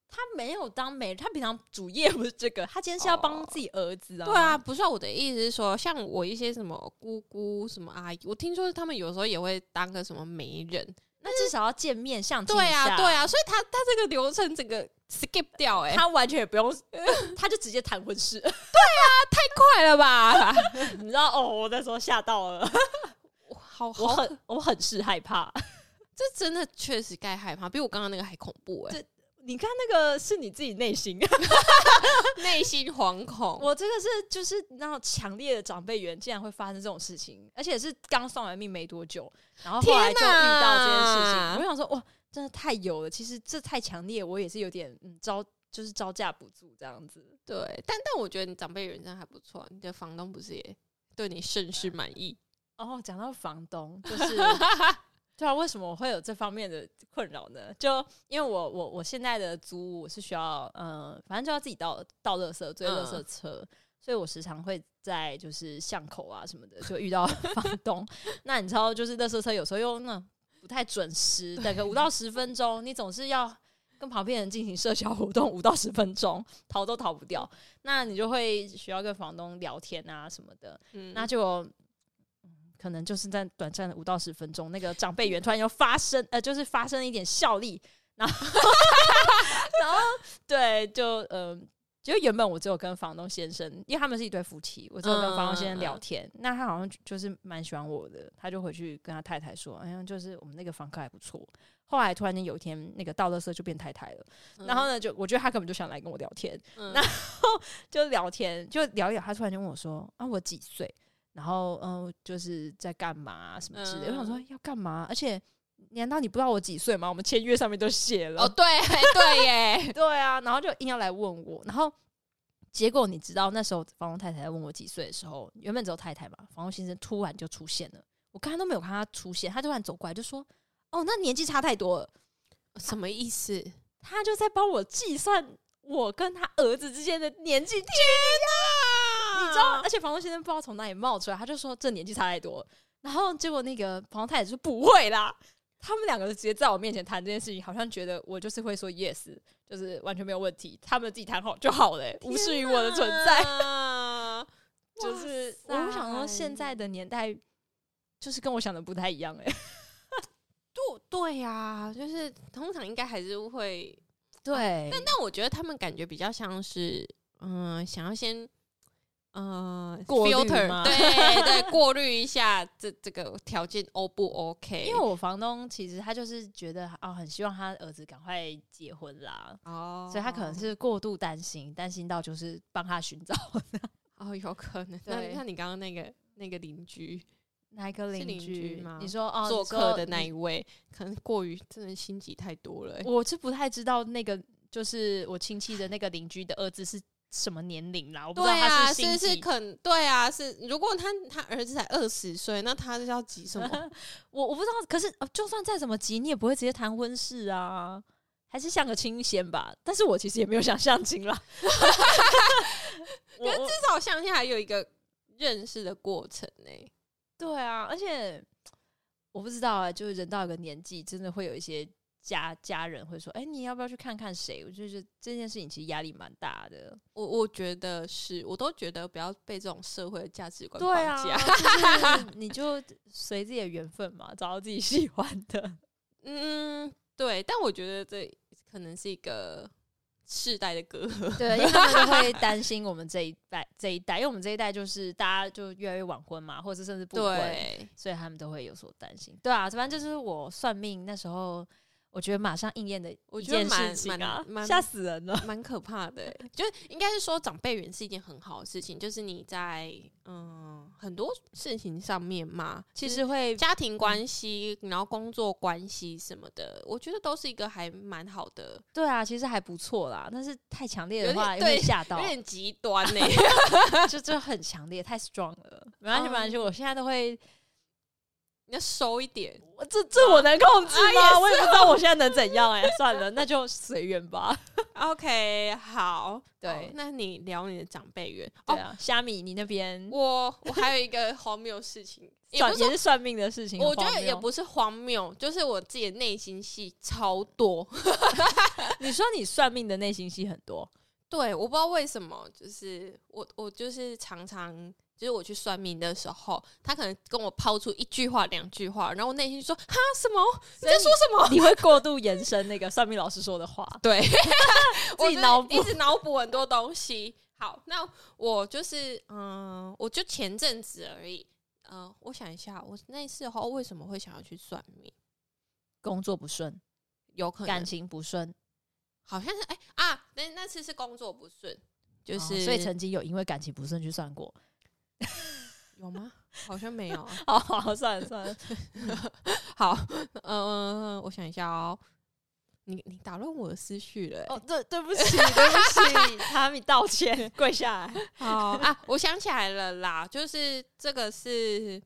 B: 他没有当媒人，他平常主业不是这个，他今天是要帮自己儿子啊。
A: 对啊，，不是啊我的意思是说，像我一些什么姑姑、什么阿姨，我听说他们有时候也会当个什么媒人。
B: 那至少要见面相亲
A: 对啊，对
B: 嗯啊，
A: 啊，所以他他这个流程整个 skip 掉、欸，
B: 他完全也不用， *laughs* 他就直接谈婚事。 *laughs*
A: 太快了吧？
B: 你知道哦，我那时候吓到了，
A: 哇好
B: 我
A: 好，
B: 很我很是害怕。 *laughs*
A: 这真的确实该害怕，比我刚刚那个还恐怖哎、
B: 你看那个是你自己内心，
A: 内心惶恐。
B: 我这个是就是那种强烈的长辈缘，竟然会发生这种事情，而且是刚算完命没多久，然后后来就遇
A: 天哪
B: 到这件事情，我想说哇，真的太有了，其实这太强烈，我也是有点嗯招就是招架不住这样子。
A: 对，但但我觉得你长辈人真的还不错，你的房东不是也对你甚是
B: 啊
A: 满意？
B: 哦，讲到房东，就是对啊，为什么我会有这方面的困扰呢？就因为我我我现在的租屋我是需要，呃，反正就要自己倒倒垃圾，追垃圾
A: 嗯
B: 车，所以我时常会在就是巷口啊什么的就遇到 *laughs* 房东。那你知道，就是垃圾车有时候又那不太准时，等个五到十分钟，你总是要跟旁边人进行社交活动五到十分钟，逃都逃不掉。那你就会需要跟房东聊天啊什么的。
A: 嗯，
B: 那就有、嗯可能就是在短暂的五到十分钟，那个长辈缘突然又发生，呃，就是发生了一点效力，然后 *laughs* 然后对，就嗯。就原本我只有跟房东先生，因为他们是一对夫妻，我只有跟房东先生聊天。那他好像就是蛮喜欢我的，他就回去跟他太太说：“哎呀，就是我们那个房客还不错。”后来突然间有一天，那个倒垃圾就变太太了。
A: 嗯
B: 然后呢，就我觉得他根本就想来跟我聊天，
A: 嗯
B: 那就聊天，就聊一聊。他突然就问我说：“啊，我几岁？然后嗯、呃就是在干嘛啊、什么之类的。
A: 嗯
B: 我想说要干嘛？啊而且难道你不知道我几岁吗？我们签约上面都写了。
A: 哦，对对耶，
B: *laughs* 对啊，然后就硬要来问我，然后。结果你知道那时候房东太太在问我几岁的时候，原本只有太太嘛，房东先生突然就出现了。我刚刚都没有看他出现，他突然走过来就说：“哦，那年纪差太多了。”
A: 什么意思？
B: 他就在帮我计算我跟他儿子之间的年纪。天哪！你知道，而且房东先生不知道从哪里冒出来，他就说这年纪差太多了。然后结果那个房东太太就说不会啦，他们两个就直接在我面前谈这件事情，好像觉得我就是会说 yes，就是完全没有问题，他们自己谈好就好了、无视于我的存
A: *laughs*
B: 在。
A: 在，
B: 就是我
A: 哇塞
B: 想说，现在的年代就是跟我想的不太
A: *laughs*
B: 一样哎、
A: 对对呀、就是通常应该还是会，
B: 对，但
A: 但我觉得他们感觉比较像是，嗯、想要先，呃，
B: 过滤
A: filter，
B: 吗
A: 对对，过滤一下这这个条件 O 不 OK？
B: 因为我房东其实他就是觉得哦，很希望他儿子赶快结婚啦，
A: 哦，
B: 所以他可能是过度担心，担心到就是帮他寻找
A: 哦，有可能。那
B: 对
A: 那你刚刚那个那个邻居
B: 哪一个
A: 是
B: 邻
A: 邻
B: 居
A: 居吗
B: 你说哦，
A: 做客的那
B: 一，
A: 一位，可能过于真的心急太多了欸、
B: 我是不太知道那个就是我亲戚的那个邻居的儿子是什么年龄啦，我不知
A: 对
B: 道他
A: 啊，
B: 心
A: 是是
B: *laughs* 急
A: 肯对啊，是如果他他儿子才二十岁，那他是要急 *laughs* 什么？
B: *laughs* 我我不知道，可是呃就算再怎么急，你也不会直接谈婚事啊，还是相个亲先吧。但是我其实也没有想相亲 *laughs* 啦，我我
A: 至少相信还有一个认识的过程欸呢、
B: *laughs* 对啊，而且我不知道啊、就是人到一个年纪，真的会有一些家家人会说：“哎、你要不要去看看谁？”我就觉得这件事情其实压力蛮大的。
A: 我我觉得是我都觉得不要被这种社会的价值观
B: 对
A: 绑
B: 啊，
A: *laughs* 架。
B: 就是你就随自己的缘分嘛，找到自己喜欢的。
A: 嗯，对，但我觉得这可能是一个世代的隔阂。
B: 对，因为他们就会 *laughs* 担心我们这一代这一代，因为我们这一代就是大家就越来越晚婚嘛，或者是甚至不婚，
A: 对，
B: 所以他们都会有所担心。对啊，反正就是我算命那时候。我觉得马上应验的
A: 我
B: 一
A: 觉得
B: 件事
A: 蛮
B: 情
A: 蛮
B: 啊，
A: 蛮
B: 吓死人了。
A: 蛮可怕的欸、 *laughs* 就应该是说长辈缘是一件很好的事情，就是你在嗯很多事情上面嘛，其
B: 就
A: 实会家庭关系，然后工作关系什么的，我觉得都是一个还蛮好的，
B: 对啊，其实还不错啦，但是太强烈的
A: 有点
B: 话也
A: 对
B: 会吓到
A: 有，
B: *laughs*
A: 点极端呢、 *laughs*
B: 就就很强烈，太 strong 了。没关系，
A: 嗯
B: 没关系，我现在都会，
A: 你要收一点，
B: 我这这我能控制
A: 啊也
B: 吗？我也不知哦道我现在能怎样哎、 *laughs* 算了，那就随缘吧。
A: OK，好，
B: 对
A: 好那你聊你的长辈缘
B: 对
A: 哦。
B: 啊，虾米，你那边
A: 我我还有一个荒谬的事情，也不
B: 算
A: 是
B: 也是算命的事情，
A: 我
B: 很
A: 觉
B: 荒
A: 得也
B: 谬。
A: 不是荒谬，就是我自己的内心戏超多。
B: 你说你算命的内心戏很 *laughs* 多，
A: 对，我不知道为什么，就是我我就是常常就是我去算命的时候，他可能跟我抛出一句话两句话，然后我内心就说哈什么你在说什么？
B: 你会过度延伸那个算命老师说的 *laughs* 话。
A: 对， *laughs* 我就
B: 自己
A: 是
B: 脑补
A: 一直脑补很多东西。好，那我就是嗯、我就前阵子而已。嗯、我想一下，我那时候为什么会想要去算命？
B: 工作不顺，
A: 有可
B: 感
A: 能
B: 情不顺，
A: 好像是哎、啊，那那次是工作不顺，就、
B: 就是哦所以曾经有因为感情不顺去算过。
A: 有吗？好像没有啊。
B: *laughs* 哦，好算了算了，
A: 好，嗯、我想一下哦。你你打乱我的思绪了欸、
B: 哦，对对不起对 *laughs* 不起，哈米道歉，跪下来。
A: 好啊，我想起来了啦，就是这个是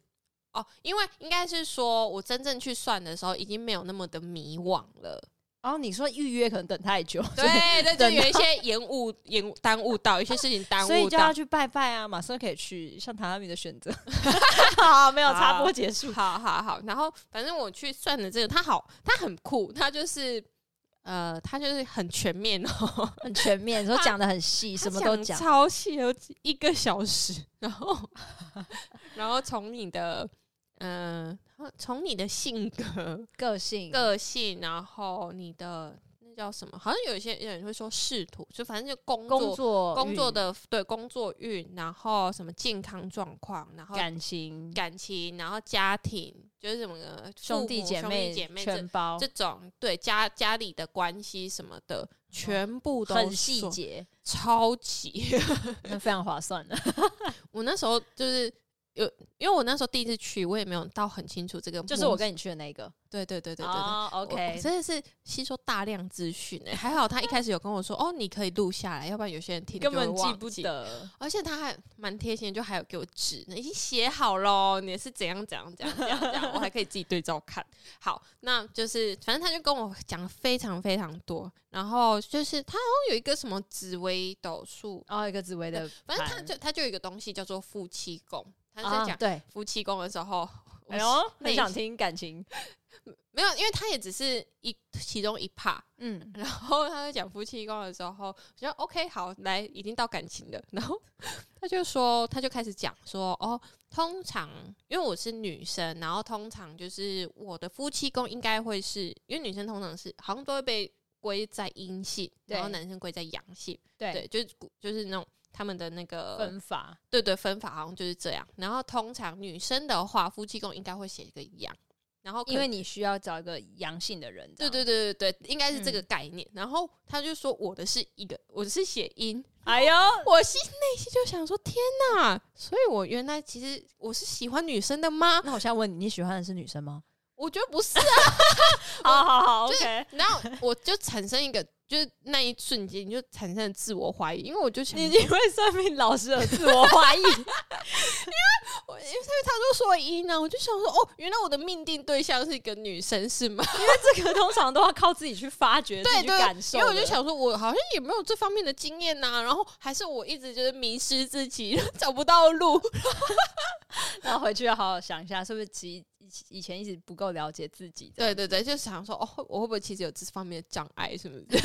A: 哦，因为应该是说我真正去算的时候，已经没有那么的迷惘了。
B: 然哦后你说预约可能等太久，所以
A: 对对，
B: 等
A: 就有一些延误、延误耽误到，有些事情耽
B: 所以
A: 误
B: 就要
A: 到。
B: 去拜拜啊，马上可以去。像塔拉米的选 *laughs* 择，好，没有插播结束。
A: 好好好，然后反正我去算的这个，它好，它很酷，它就是呃，它就是很全面哦，
B: *laughs* 很全面，说讲的很细，
A: 他
B: 什么都
A: 讲
B: 讲。
A: 超细，有几一个小时，然
B: *laughs*
A: 后然后从你的嗯，呃从你的性
B: *laughs*
A: 格、
B: 个性，
A: 个性，然后你的那叫什么？好像有一些人会说仕途，就反正就工作。
B: 工作，
A: 工作的对工作运，然后什么健康状况，然后
B: 感情，
A: 感情，然后家庭，就是什么呃
B: 兄
A: 父
B: 弟
A: 母
B: 姐
A: 兄
B: 妹
A: 弟姐妹这
B: 全包，哦
A: 这种对家家里的关系什么的，全部都
B: 很细
A: 算， *laughs*
B: 节，
A: 超级。
B: 那非常
A: *laughs*
B: 划算的。
A: 我那时候就是有，因为我那时候第一次去，我也没有到很清楚这个目，
B: 就是我跟你去的那个，
A: 对对 *laughs* 对对对对。
B: 哦
A: 我我真的是吸收大量资讯
B: *laughs*
A: 诶，还好他一开始有跟我说，哦，你可以录下来，要不然有些人听
B: 根本
A: 就会
B: 记
A: 忘
B: 不
A: 记。
B: 得。
A: 而且他还蛮贴心的，就还有给我纸呢，已经写好喽，你是怎样怎样怎样怎样怎样，我还可以自己对照看。 *laughs* 好，那就是反正他就跟我讲了非常非常多，然后就是他好像有一个什么紫微斗数，
B: 然后哦一个紫薇的
A: 反
B: 盘，
A: 正他就他就有一个东西叫做夫妻宫，他就在
B: 啊
A: 讲
B: 对，
A: 夫妻宫的时候，我
B: 哎呦，
A: 内
B: 很想听感情，
A: 没有，因为他也只是一其中一 part， *laughs*
B: 嗯，
A: 然后他在讲夫妻宫的时候，我觉得 OK 好，来已经到感情了，然后 *laughs* 他就说，他就开始讲说，哦，通常因为我是女生，然后通常就是我的夫妻宫应该会是因为女生通常是好像都会被归在阴性，
B: 对
A: 然后男生归在阳性，
B: 对，
A: 对，就是就是那种他们的那个
B: 分法，
A: 对对，分法好像就是这样。然后通常女生的话，夫妻宫应该会写一个阳，然后可
B: 因为你需要找一个阳性的人，这
A: 对
B: 样
A: 对，对对对，应该是这
B: 嗯
A: 个概念。然后他就说我的是一个，我的是写阴，
B: 哎呦，
A: 我心内心就想说天哪，所以我原来其实我是喜欢女生的吗？
B: *laughs* 那我现在问你，你喜欢的是女生吗？
A: 我觉得不是啊。
B: *laughs* 好好好
A: 就是
B: ，OK，
A: 然后我就产生一个，就是那一瞬间就产生了自我怀疑，因为我就想
B: 你
A: 说，
B: 因为算命老师的自我怀疑，
A: 我因为他都说阴呢、我就想说哦，原来我的命定对象是一个女生是吗？
B: 这个通常都要靠自己去发掘、自己
A: 对
B: 去
A: 对，
B: 感受
A: 因
B: 的，
A: 为我就想说，我好像也没有这方面的经验呐、然后还是我一直就是迷失自己， *laughs* 找不到路。
B: 然后回去要好好想一下，是不是其以以前一直不够了解自己？
A: 对对对，就想说哦，会我会不会其实有这方面的障碍什么
B: *laughs*
A: 的？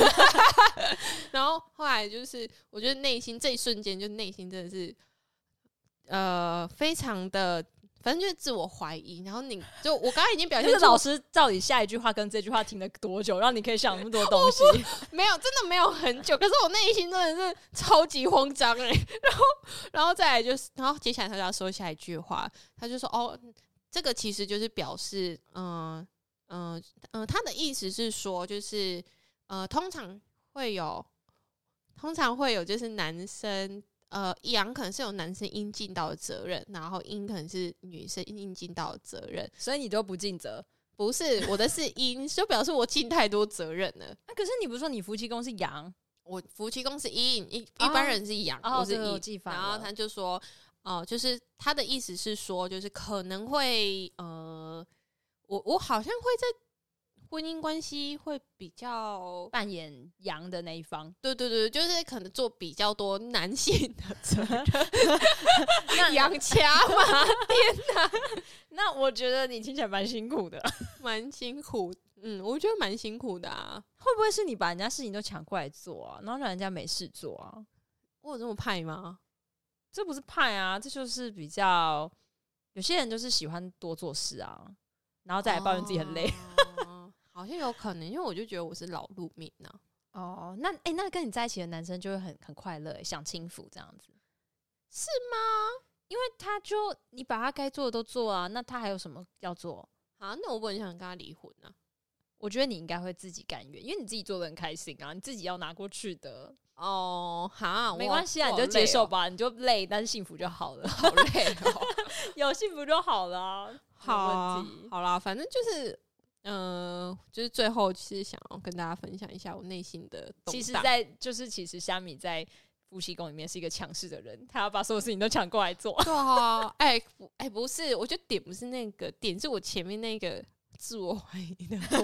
A: 然后后来就是，我觉得内心这一瞬间，就内心真的是呃，非常的，反正就是自我怀疑。然后你就我刚刚已经表
B: *laughs* 但
A: 现
B: 是
A: 出
B: 老师到底下一句话跟这句话停了多久，让你可以想 *laughs* 那么多东西？
A: 没有，真的没有很久。可是我内心真的是超级慌张哎、 *laughs* 然后，然后再来就是，然后接下来他就要说下一句话，他就说：“哦，这个其实就是表示，嗯、嗯、嗯嗯，他的意思是说，就是呃，通常会有，通常会有，就是男生呃，阳可能是有男生应尽到的责任，然后阴可能是女生应尽到的责任。
C: 所以你都不尽责。
A: 不是我的是阴，就表示我尽太多责任了。
B: 那、可是你不是说你夫妻宫是阳？
A: 我夫妻宫是阴，一一
B: 哦
A: 般人是阳，
B: 哦
A: 我是
B: 对我
A: 阴。
B: 记反
A: 然后
B: 了
A: 他就说，哦、就是他的意思是说，就是可能会呃，我我好像会在婚姻关系会比较，
B: 扮演阳的那一 *laughs* 方，
A: 对对对，就是可能做比较多男性的
B: *laughs*
A: 责任
B: 那
A: 养
B: *laughs*
A: 家嘛，
B: 那我觉得你听起来蛮辛苦的，
A: 蛮辛苦。嗯，我觉得蛮辛苦的啊。
B: 会不会是你把人家事情都抢过来做啊，然后让人家没事做啊？
A: 我有这么派吗？
B: 这不是派啊，这就是比较有些人就是喜欢多做事啊，然后再来抱怨自己很累。
A: 哦。 *laughs* 好像有可能，因为我就觉得我是老路命啊。
B: 哦，那哎、那跟你在一起的男生就会很很快乐、享清福这样子，
A: 是吗？
B: 因为他就你把他该做的都做啊，那他还有什么要做？
A: 啊，那我不很想跟他离婚啊。
B: 我觉得你应该会自己甘愿，因为你自己做的很开心啊，你自己要拿过去的，
A: 哦，哈，
B: 没关系啊，你就接
A: 哦
B: 受吧，你就累，但是幸福就好了，
A: 好 *laughs* 累哦。
B: 有幸福就 *laughs* 好了啊、
A: 好
B: 没
A: 啊
B: 问题，
A: 好啦，反正就是，呃，就是最后是想要跟大家分享一下我内心的动荡。
B: 其实在，就是其实虾米在夫妻宫里面是一个强势的人，他要把所有事情都抢过来做。
A: *laughs*
B: *laughs*
A: 对啊，哎、不哎、不是，我觉得点不是那个点，是我前面那个自我怀疑的 *laughs* 过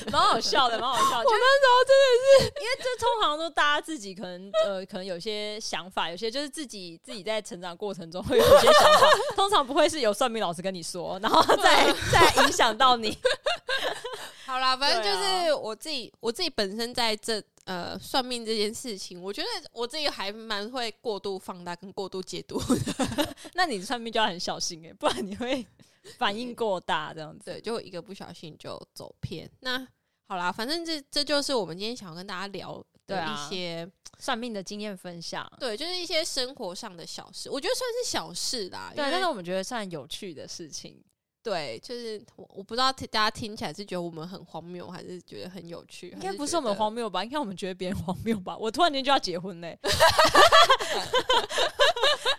A: 程。
B: 蛮好笑的，蛮好 *laughs* 笑的。我那时候真的是，因为这通常都大家自己可能呃，可能有些想法，有些就是自己自己在成长过程中会有一些想法，通常不会是有算命老师跟你说，然后再再影响到你。 *laughs*
A: 好啦，反正
B: 对啊
A: 就是我自己，我自己本身在这呃算命这件事情，我觉得我自己还蛮会过度放大跟过度解读
B: 那你算命就要很小心哎、不然你会反应过大这样子。
A: 对，就一个不小心就走偏。那好啦，反正这这就是我们今天想要跟大家聊
B: 对
A: 的
B: 啊
A: 一些，
B: 算命的经验分享，
A: 对,、就是一些生活上的小事，我觉得算是小事啦。
B: 对，
A: 因为
B: 但是我们觉得算有趣的事情。
A: 对，就是我我不知道听大家听起来是觉得我们很荒谬，还是觉得很有趣？
B: 应
A: 还
B: 该不是
A: 觉
B: 我们
A: 得
B: 荒谬吧？应该我们觉得别人荒谬吧？我突然间就要结婚 *laughs* 嘞、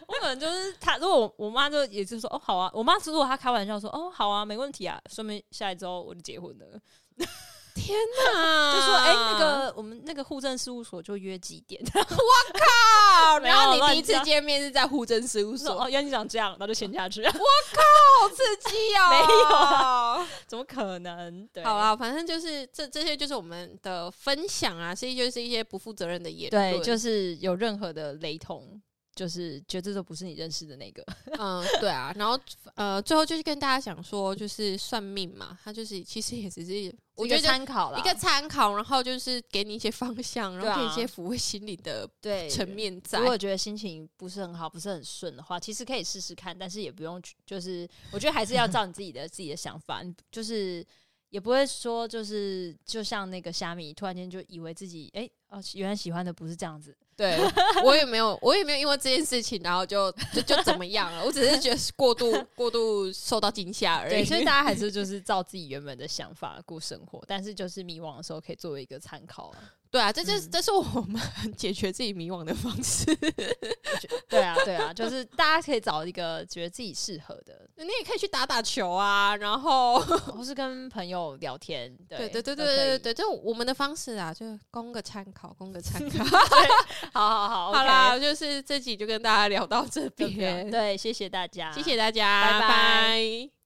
B: 我可能就是他，如果我我妈就也就说哦好啊，我妈如果她开玩笑说哦好啊没问题啊，说明下一周我就结婚了，
A: 天 *laughs* 哪，
B: 就说哎、那 *laughs* 个我们那个户政事务所就约几点， *laughs*
A: 靠，
B: 没
A: 然后
B: 有
A: 你
B: 乱
A: 第一次
B: 讲
A: 见面是在户政事务
B: 我说
A: 所，
B: 哦原来你长这样，然后就签下去，
A: 好刺激哦！没有。
B: *laughs*
A: *laughs*
B: 怎么可能？对，
A: 好，啦，反正就是这这些就是我们的分享啊，所以就是一些不负责任的言论，啊
B: 对，就是有任何的雷同，就是绝对都不是你认识的那个。
A: 嗯，对啊，然后呃，最后就是跟大家讲说，就是算命嘛，它就是其实也只是我觉得
B: *laughs* 一个参考啦，
A: 一个参考，然后就是给你一些方向，然
B: 对啊
A: 后给你一些抚慰心理的
B: 对
A: 层面在
B: 如。果觉得心情不是很好、不是很顺的话，其实可以试试看，但是也不用去，就是我觉得还是要照你自己的自己的想法，你就是也不会说就是就像那个虾米突然间就以为自己哎、哦，原来喜欢的不是这样子， *laughs*
A: 对我也没有，我也没有因为这件事情，然后就就就怎么样了。我只是觉得是过
B: *laughs*
A: 度过度受到惊吓而
B: 对，
A: 已。
B: 所以大家还是就是照自己原本的想法过生活，但是就是迷惘的时候可以作为一个参考啊。
A: 对啊，这就是、
B: 嗯
A: 这是我们解决自己迷惘的方式。 *laughs*
B: 对啊，对啊，就是大家可以找一个觉得自己适合的，
A: 你也可以去打打球啊，然后
B: 或是跟朋友聊天，
A: 对
B: 对
A: 对对
B: 都
A: 对
B: 可
A: 对
B: 以
A: 对，就我们的方式啊，就供个参考，供个参考。
B: 好好好，
A: 好
B: OK
A: 啦，就是这集就跟大家聊到这
B: 就这样
A: 边，
B: 对，谢谢大家，
A: 谢谢大家，
B: 啊拜拜
A: 拜